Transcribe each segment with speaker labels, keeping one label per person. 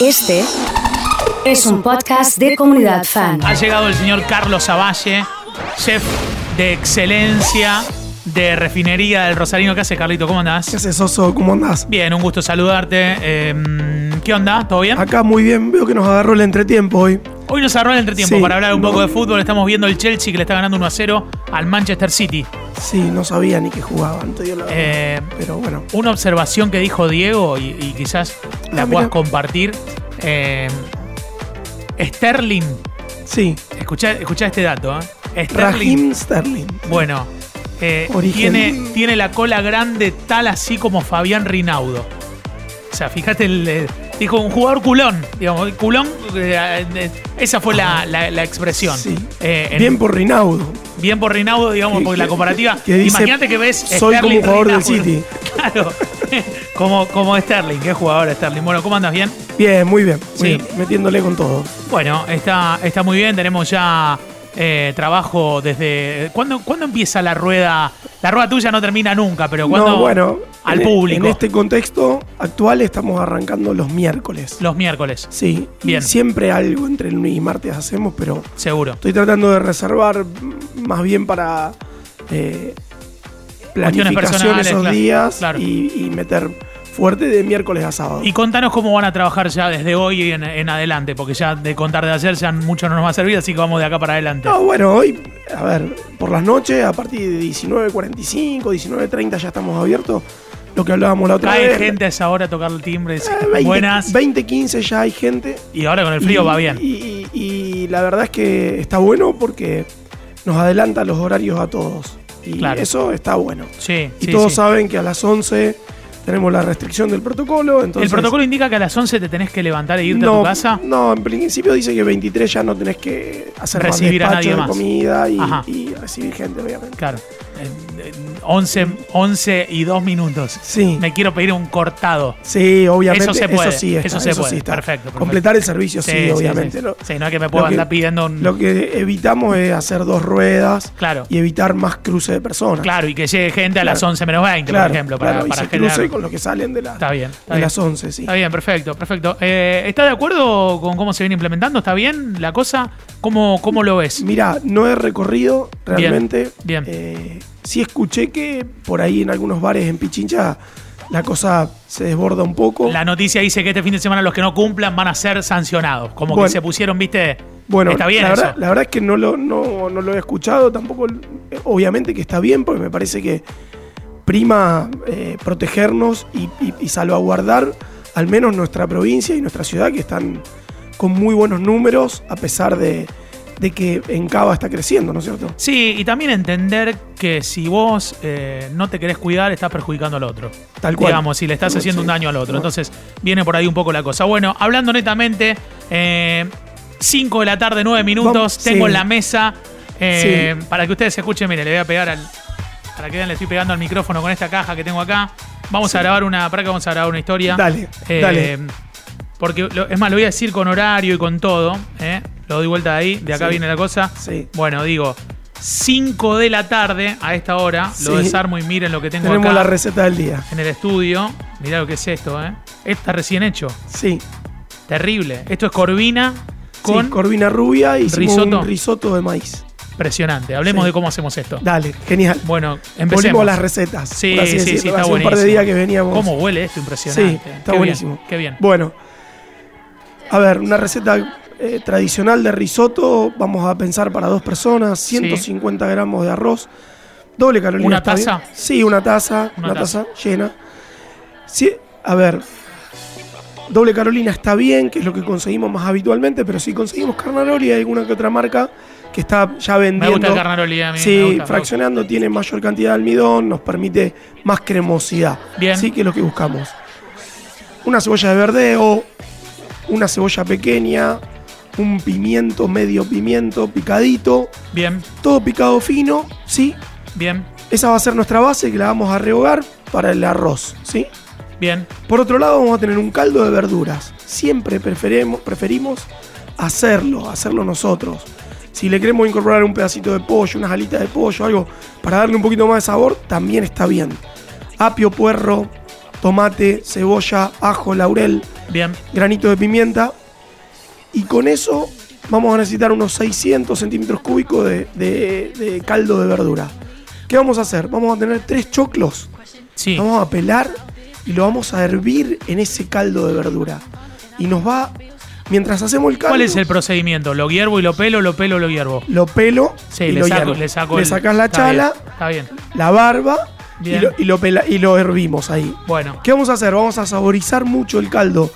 Speaker 1: Este es un podcast de comunidad fan.
Speaker 2: Ha llegado el señor Carlos Avalle, chef de excelencia de refinería del Rosarino. ¿Qué haces, Carlito? ¿Cómo andás?
Speaker 3: ¿Qué haces, Soso? ¿Cómo andás?
Speaker 2: Bien, un gusto saludarte. Eh, ¿Qué onda? ¿Todo bien?
Speaker 3: Acá muy bien, veo que nos agarró el entretiempo hoy.
Speaker 2: Hoy nos agarró el entretiempo
Speaker 3: Sí,
Speaker 2: para hablar un
Speaker 3: no.
Speaker 2: poco de fútbol. Estamos viendo el Chelsea que le está ganando 1 a 0 al Manchester City.
Speaker 3: Sí, no sabía ni que jugaban, te digo la verdad.
Speaker 2: Eh,
Speaker 3: Pero bueno,
Speaker 2: una observación que dijo Diego y, y quizás la
Speaker 3: Ah,
Speaker 2: puedas
Speaker 3: mira.
Speaker 2: compartir. Eh, Sterling,
Speaker 3: sí.
Speaker 2: escuchá, escuchá este dato. ¿eh? Sterling,
Speaker 3: Raheem Sterling.
Speaker 2: bueno, eh,
Speaker 3: Origen.
Speaker 2: tiene, tiene la cola grande tal así como Fabián Rinaudo. O sea, fíjate, el, eh, dijo un jugador culón. Digamos, culón, eh, eh, esa fue la, la- la expresión.
Speaker 3: Sí.
Speaker 2: Eh, en-
Speaker 3: Bien por Rinaudo.
Speaker 2: bien por Rinaudo, digamos,
Speaker 3: Que-
Speaker 2: porque la
Speaker 3: que-
Speaker 2: comparativa.
Speaker 3: que dice,
Speaker 2: Imagínate que ves.
Speaker 3: "Soy como
Speaker 2: Sterling
Speaker 3: jugador del
Speaker 2: Rinaudo".
Speaker 3: City.
Speaker 2: Claro. como, como Sterling, qué jugador Sterling. Bueno, ¿cómo andas? ¿Bien?
Speaker 3: Bien, muy bien. muy
Speaker 2: Sí.
Speaker 3: bien, Metiéndole con todo.
Speaker 2: Bueno, está, está muy bien. Tenemos ya eh, trabajo desde. ¿cuándo, ¿Cuándo empieza la rueda? La rueda tuya no termina nunca, pero cuando.
Speaker 3: no, bueno.
Speaker 2: Al
Speaker 3: en-
Speaker 2: público.
Speaker 3: En este contexto actual estamos arrancando los miércoles.
Speaker 2: Los miércoles,
Speaker 3: Sí. y
Speaker 2: Bien.
Speaker 3: siempre algo entre lunes y martes hacemos, pero
Speaker 2: seguro.
Speaker 3: Estoy tratando de reservar mm, más bien para eh, planificación
Speaker 2: personales,
Speaker 3: esos
Speaker 2: claro,
Speaker 3: días
Speaker 2: claro.
Speaker 3: Y, y meter fuerte de miércoles a sábado.
Speaker 2: Y contanos cómo van a trabajar ya desde hoy en, en adelante, porque ya de contar de ayer ya mucho no nos va a servir, así que vamos de acá para adelante.
Speaker 3: No, bueno, hoy, a ver, por las noches, a partir de 19.45, 19.30 ya estamos abiertos. Lo que hablábamos la otra
Speaker 2: Cae
Speaker 3: vez.
Speaker 2: gente a esa hora a tocar el timbre. y dice,
Speaker 3: eh, 20,
Speaker 2: Buenas.
Speaker 3: 20.15 ya hay gente.
Speaker 2: Y ahora con el frío
Speaker 3: Y-
Speaker 2: va bien.
Speaker 3: Y, y- y la verdad es que está bueno porque nos adelanta los horarios a todos. Y
Speaker 2: Claro.
Speaker 3: eso está bueno.
Speaker 2: sí,
Speaker 3: Y
Speaker 2: sí,
Speaker 3: todos
Speaker 2: sí.
Speaker 3: saben que a las 11 tenemos la restricción del protocolo. Entonces
Speaker 2: el protocolo indica que a las 11 te tenés que levantar e irte
Speaker 3: no,
Speaker 2: a tu casa.
Speaker 3: No, en principio dice que 23 ya no tenés que hacer más
Speaker 2: Recibir a
Speaker 3: despacho
Speaker 2: nadie
Speaker 3: de
Speaker 2: más.
Speaker 3: comida y,
Speaker 2: Ajá.
Speaker 3: y recibir gente, obviamente.
Speaker 2: Claro. En- en 11, 11 y 2 minutos.
Speaker 3: Sí.
Speaker 2: Me quiero pedir un cortado.
Speaker 3: Sí, obviamente.
Speaker 2: Eso se puede,
Speaker 3: sí está,
Speaker 2: eso se puede.
Speaker 3: sí está.
Speaker 2: Perfecto, perfecto.
Speaker 3: Completar el servicio, sí, obviamente.
Speaker 2: Sí,
Speaker 3: Lo-
Speaker 2: Sí, no es que me puedo
Speaker 3: lo que-
Speaker 2: andar pidiendo un.
Speaker 3: Lo que evitamos es hacer dos ruedas
Speaker 2: Claro.
Speaker 3: y evitar más cruce de personas.
Speaker 2: Claro, y que llegue gente a las
Speaker 3: Claro.
Speaker 2: 11 menos 20,
Speaker 3: Claro,
Speaker 2: por ejemplo, para,
Speaker 3: claro, y
Speaker 2: para
Speaker 3: se
Speaker 2: generar.
Speaker 3: cruce con los que salen de, la-
Speaker 2: Está bien, está
Speaker 3: de
Speaker 2: bien.
Speaker 3: las 11, sí.
Speaker 2: Está bien, perfecto, perfecto. Eh, ¿Estás de acuerdo con cómo se viene implementando? ¿Está bien la cosa? ¿Cómo, cómo lo ves?
Speaker 3: Mira, no he recorrido realmente.
Speaker 2: bien.
Speaker 3: Eh, sí escuché que por ahí en algunos bares en Pichincha la cosa se desborda un poco.
Speaker 2: La noticia dice que este fin de semana los que no cumplan van a ser sancionados. Como que
Speaker 3: Bueno.
Speaker 2: se pusieron, viste.
Speaker 3: bueno,
Speaker 2: está bien
Speaker 3: la,
Speaker 2: eso.
Speaker 3: verdad, la verdad es que no lo, no, no lo he escuchado, tampoco, eh, obviamente que está bien, porque me parece que prima eh, protegernos y, y- y salvaguardar al menos nuestra provincia y nuestra ciudad, que están con muy buenos números, a pesar de, de que en Cava está creciendo, ¿no es cierto?
Speaker 2: Sí, y también entender que si vos eh, no te querés cuidar, estás perjudicando al otro.
Speaker 3: Tal cual.
Speaker 2: Digamos, si le estás
Speaker 3: Tal-
Speaker 2: haciendo
Speaker 3: sí.
Speaker 2: un daño al otro.
Speaker 3: No.
Speaker 2: Entonces, viene por ahí un poco la cosa. Bueno, hablando netamente, 5 de la tarde, 9 minutos,
Speaker 3: Vamos,
Speaker 2: tengo
Speaker 3: sí.
Speaker 2: en la mesa. eh, Para que ustedes escuchen, mire, le voy a pegar al. Para que vean, le estoy pegando al micrófono con esta caja que tengo acá. Vamos a grabar una. Para que vamos a grabar una historia.
Speaker 3: Dale,
Speaker 2: Eh,
Speaker 3: dale.
Speaker 2: Porque, lo- es más, lo voy a decir con horario y con todo. ¿eh? Lo doy vuelta de ahí, de acá
Speaker 3: Sí.
Speaker 2: viene la cosa.
Speaker 3: Sí.
Speaker 2: Bueno, digo, 5 de la tarde a esta hora. Lo
Speaker 3: Sí.
Speaker 2: desarmo y miren lo que tengo
Speaker 3: Tenemos
Speaker 2: acá
Speaker 3: la receta del día.
Speaker 2: en el estudio. Mirá lo que es esto, ¿eh? Está recién hecho.
Speaker 3: Sí.
Speaker 2: Terrible. Esto es corvina con...
Speaker 3: Sí, corvina rubia y hicimos
Speaker 2: risotto.
Speaker 3: un risotto de maíz.
Speaker 2: Impresionante. Hablemos
Speaker 3: Sí.
Speaker 2: de cómo hacemos esto.
Speaker 3: Dale, genial.
Speaker 2: Bueno,
Speaker 3: Volvimos
Speaker 2: empecemos.
Speaker 3: a las recetas.
Speaker 2: Sí,
Speaker 3: por así
Speaker 2: sí, sí,
Speaker 3: decirlo.
Speaker 2: está
Speaker 3: Hace
Speaker 2: buenísimo.
Speaker 3: un par de días que veníamos.
Speaker 2: ¿Cómo huele esto?
Speaker 3: Sí,
Speaker 2: Impresionante. Qué
Speaker 3: está
Speaker 2: bien,
Speaker 3: buenísimo.
Speaker 2: qué bien.
Speaker 3: Bueno, a ver, una receta eh, tradicional de risotto. Vamos a pensar para dos personas: 150 gramos de arroz, doble caloría.
Speaker 2: ¿Una
Speaker 3: ¿está bien?
Speaker 2: taza?
Speaker 3: Sí, una taza,
Speaker 2: Una
Speaker 3: una, taza. llena. Sí, a ver. Doble Carolina está bien, que es lo que conseguimos más habitualmente, pero si conseguimos Carnaroli, hay alguna que otra marca que está ya
Speaker 2: Me
Speaker 3: vendiendo.
Speaker 2: gusta el carnaroli a mí.
Speaker 3: Sí,
Speaker 2: me gusta, me
Speaker 3: fraccionando tiene mayor cantidad de almidón, nos permite más cremosidad.
Speaker 2: Bien.
Speaker 3: Sí, que es lo que buscamos. Una cebolla de verdeo, una cebolla pequeña, un pimiento, medio pimiento picadito,
Speaker 2: gusta. Bien,
Speaker 3: todo picado fino, ¿sí?
Speaker 2: bien,
Speaker 3: Esa va a ser nuestra base que la vamos a rehogar para el arroz, ¿sí?
Speaker 2: bien.
Speaker 3: Por otro lado, vamos a tener un caldo de verduras. Siempre preferemos- preferimos hacerlo, hacerlo nosotros. Si le queremos incorporar un pedacito de pollo, unas alitas de pollo, algo para darle un poquito más de sabor, también está bien. Apio, puerro, tomate, cebolla, ajo, laurel,
Speaker 2: Bien.
Speaker 3: granito de pimienta. Y con eso vamos a necesitar unos 600 centímetros cúbicos de, de- de caldo de verdura. ¿Qué vamos a hacer? Vamos a tener tres choclos.
Speaker 2: Sí.
Speaker 3: Vamos a pelar y lo vamos a hervir en ese caldo de verdura. Y nos va. Mientras hacemos el caldo.
Speaker 2: ¿Cuál es el procedimiento? ¿Lo hiervo y lo pelo? ¿Lo pelo y lo hiervo?
Speaker 3: Lo pelo.
Speaker 2: Sí,
Speaker 3: y
Speaker 2: le
Speaker 3: lo
Speaker 2: saco,
Speaker 3: hiervo.
Speaker 2: le saco
Speaker 3: Le
Speaker 2: el-
Speaker 3: sacas la
Speaker 2: está bien,
Speaker 3: chala,
Speaker 2: Está bien.
Speaker 3: la barba y
Speaker 2: Bien.
Speaker 3: lo, y lo pela- y lo hervimos ahí.
Speaker 2: Bueno.
Speaker 3: ¿Qué vamos a hacer? Vamos a saborizar mucho el caldo.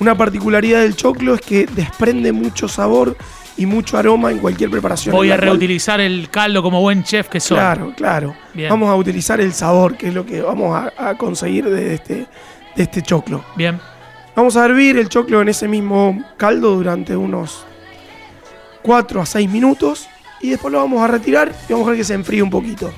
Speaker 3: Una particularidad del choclo es que desprende mucho sabor y mucho aroma en cualquier preparación.
Speaker 2: Voy
Speaker 3: en la
Speaker 2: a
Speaker 3: cual-
Speaker 2: reutilizar el caldo como buen chef que soy.
Speaker 3: Claro, claro.
Speaker 2: Bien.
Speaker 3: Vamos a utilizar el sabor, que es lo que vamos a, a conseguir de este, de este choclo.
Speaker 2: Bien.
Speaker 3: Vamos a hervir el choclo en ese mismo caldo durante unos 4 a 6 minutos y después lo vamos a retirar y vamos a dejar que se enfríe un poquito.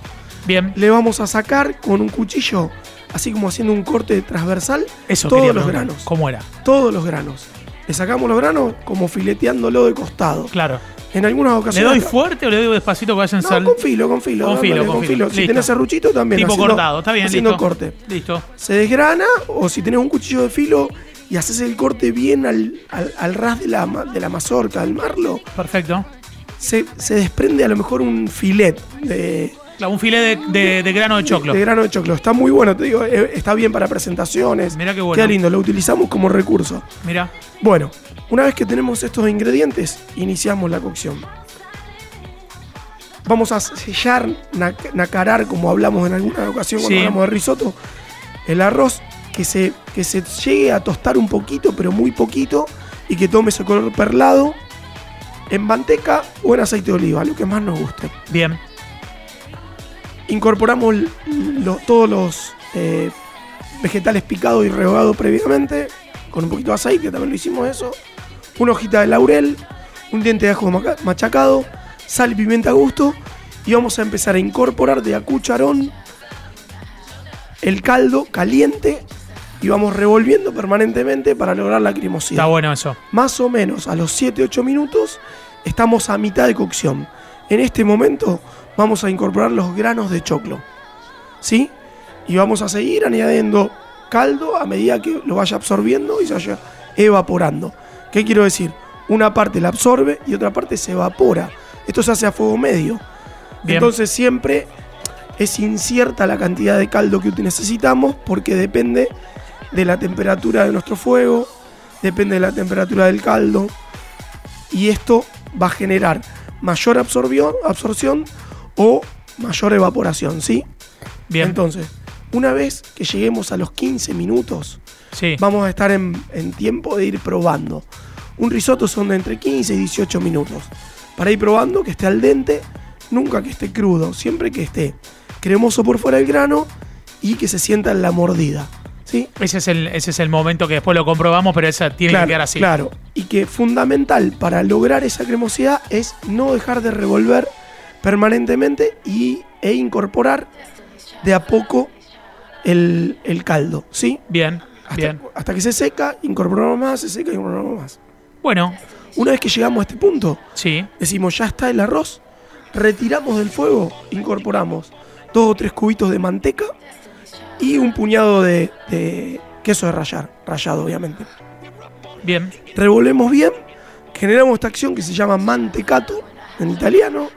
Speaker 2: Bien.
Speaker 3: Le vamos a sacar con un cuchillo, así como haciendo un corte transversal,
Speaker 2: Eso
Speaker 3: todos
Speaker 2: quería
Speaker 3: los
Speaker 2: preguntar.
Speaker 3: granos.
Speaker 2: ¿Cómo era?
Speaker 3: Todos los granos. Le sacamos los granos como fileteándolo de costado.
Speaker 2: Claro.
Speaker 3: En algunas
Speaker 2: ¿Le
Speaker 3: ocasiones.
Speaker 2: doy fuerte o le doy despacito que vayan
Speaker 3: No,
Speaker 2: sal?
Speaker 3: con filo, con filo.
Speaker 2: Con filo,
Speaker 3: dándole
Speaker 2: con filo.
Speaker 3: Si
Speaker 2: Listo.
Speaker 3: tenés serruchito también.
Speaker 2: Tipo
Speaker 3: haciendo-
Speaker 2: cortado. Está bien,
Speaker 3: Haciendo
Speaker 2: listo.
Speaker 3: corte.
Speaker 2: Listo.
Speaker 3: se desgrana o si tenés un cuchillo de filo y haces el corte bien al, al- al ras de la, ma- de la mazorca, al marlo,
Speaker 2: Perfecto.
Speaker 3: se, se desprende a lo mejor un filet de,
Speaker 2: Claro, Un filé de, de- de grano de choclo.
Speaker 3: de grano de choclo. Está muy bueno, te digo, eh, está bien para presentaciones.
Speaker 2: Mirá qué bueno.
Speaker 3: Queda lindo, lo utilizamos como recurso.
Speaker 2: Mira.
Speaker 3: Bueno, una vez que tenemos estos ingredientes, iniciamos la cocción. Vamos a sellar, nac- nacarar, como hablamos en alguna ocasión cuando
Speaker 2: Sí.
Speaker 3: hablamos de risotto, el arroz que se, que se llegue a tostar un poquito, pero muy poquito, y que tome ese color perlado en manteca o en aceite de oliva, lo que más nos guste.
Speaker 2: Bien.
Speaker 3: Incorporamos l- lo- todos los eh, vegetales picados y rehogados previamente, con un poquito de aceite, también lo hicimos eso. Una hojita de laurel, un diente de ajo maca- machacado, sal y pimienta a gusto. Y vamos a empezar a incorporar de a cucharón el caldo caliente y vamos revolviendo permanentemente para lograr la cremosidad
Speaker 2: Está bueno eso.
Speaker 3: más o menos a los 7-8 minutos estamos a mitad de cocción. En este momento vamos a incorporar los granos de choclo. ¿Sí? Y vamos a seguir añadiendo caldo a medida que lo vaya absorbiendo y se vaya evaporando. ¿Qué quiero decir? Una parte la absorbe y otra parte se evapora. Esto se hace a fuego medio.
Speaker 2: Bien.
Speaker 3: Entonces siempre es incierta la cantidad de caldo que necesitamos porque depende de la temperatura de nuestro fuego, depende de la temperatura del caldo y esto va a generar mayor absorbión- absorción o mayor evaporación, ¿sí?
Speaker 2: Bien.
Speaker 3: Entonces, una vez que lleguemos a los 15 minutos,
Speaker 2: sí.
Speaker 3: vamos a estar en, en tiempo de ir probando. Un risotto son de entre 15 y 18 minutos. Para ir probando que esté al dente, nunca que esté crudo, siempre que esté cremoso por fuera del grano y que se sienta en la mordida. ¿Sí?
Speaker 2: Ese es, el, ese es el momento que después lo comprobamos, pero esa tiene que quedar así.
Speaker 3: Claro. Y que fundamental para lograr esa cremosidad es no dejar de revolver permanentemente y, e incorporar de a poco el, el caldo. ¿Sí?
Speaker 2: Bien,
Speaker 3: Hasta,
Speaker 2: bien.
Speaker 3: hasta que se seca, incorporamos más, se seca, incorporamos más.
Speaker 2: Bueno,
Speaker 3: Una vez que llegamos a este punto,
Speaker 2: sí,
Speaker 3: decimos ya está el arroz, retiramos del fuego, incorporamos dos o tres cubitos de manteca y un puñado de, de queso de rallar, rallado obviamente.
Speaker 2: bien.
Speaker 3: Revolvemos bien, generamos esta acción que se llama mantecato en italiano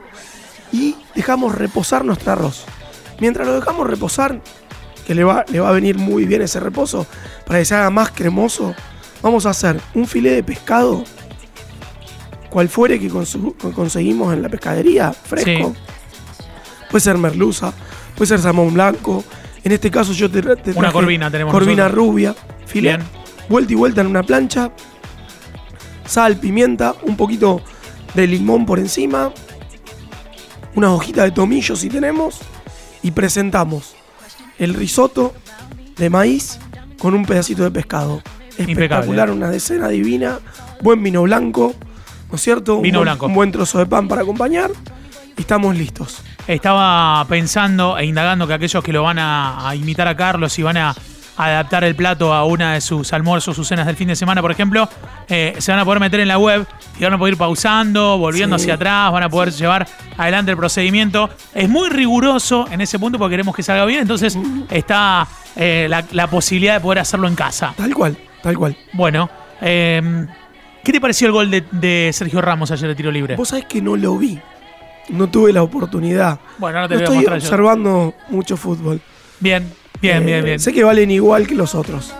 Speaker 3: y dejamos reposar nuestro arroz. Mientras lo dejamos reposar, que le va, le va a venir muy bien ese reposo para que se haga más cremoso, vamos a hacer un filé de pescado, cual fuere que, consu- que conseguimos en la pescadería, fresco. Puede ser merluza, puede ser salmón blanco. En este caso yo te, te traje
Speaker 2: corvina tenemos
Speaker 3: Corvina
Speaker 2: nosotros.
Speaker 3: rubia, filé,
Speaker 2: Bien.
Speaker 3: vuelta y vuelta en una plancha, sal, pimienta, un poquito de limón por encima, unas hojitas de tomillo si tenemos, y presentamos el risotto de maíz con un pedacito de pescado. Espectacular,
Speaker 2: Impecable.
Speaker 3: una decena divina, buen vino blanco, ¿no es cierto? Un
Speaker 2: Vino
Speaker 3: buen-
Speaker 2: blanco.
Speaker 3: Un buen trozo de pan para acompañar y estamos listos.
Speaker 2: Estaba pensando e indagando que aquellos que lo van a, a imitar a Carlos y van a, adaptar el plato a una de sus almuerzos, sus cenas del fin de semana, por ejemplo, eh, se van a poder meter en la web y van a poder ir pausando, volviendo
Speaker 3: Sí.
Speaker 2: hacia atrás, van a poder llevar adelante el procedimiento. Es muy riguroso en ese punto porque queremos que salga bien, entonces está eh, la, la posibilidad de poder hacerlo en casa.
Speaker 3: Tal cual, tal cual.
Speaker 2: Bueno, eh, ¿qué te pareció el gol de, de Sergio Ramos ayer de tiro libre?
Speaker 3: Vos sabés que no lo vi. No tuve la oportunidad.
Speaker 2: Bueno, ahora te voy
Speaker 3: no
Speaker 2: a
Speaker 3: estoy
Speaker 2: mostrar yo.
Speaker 3: observando mucho fútbol.
Speaker 2: Bien, bien,
Speaker 3: Eh,
Speaker 2: bien, bien.
Speaker 3: Sé que valen igual que los otros.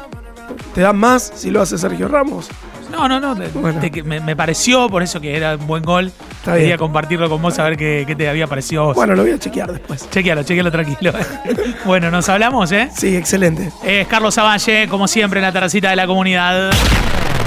Speaker 3: Te dan más si lo hace Sergio Ramos.
Speaker 2: No, no, no. te-
Speaker 3: Bueno.
Speaker 2: te- que me, me pareció, por eso que era un buen gol.
Speaker 3: Está
Speaker 2: Quería
Speaker 3: bien.
Speaker 2: compartirlo con vos, a ver qué, qué te había parecido a vos.
Speaker 3: Bueno, lo voy a chequear después.
Speaker 2: Chequealo, chequealo tranquilo. bueno, nos hablamos, ¿eh?
Speaker 3: Sí, excelente.
Speaker 2: Es Carlos Zavalle, como siempre, en la terracita de la comunidad.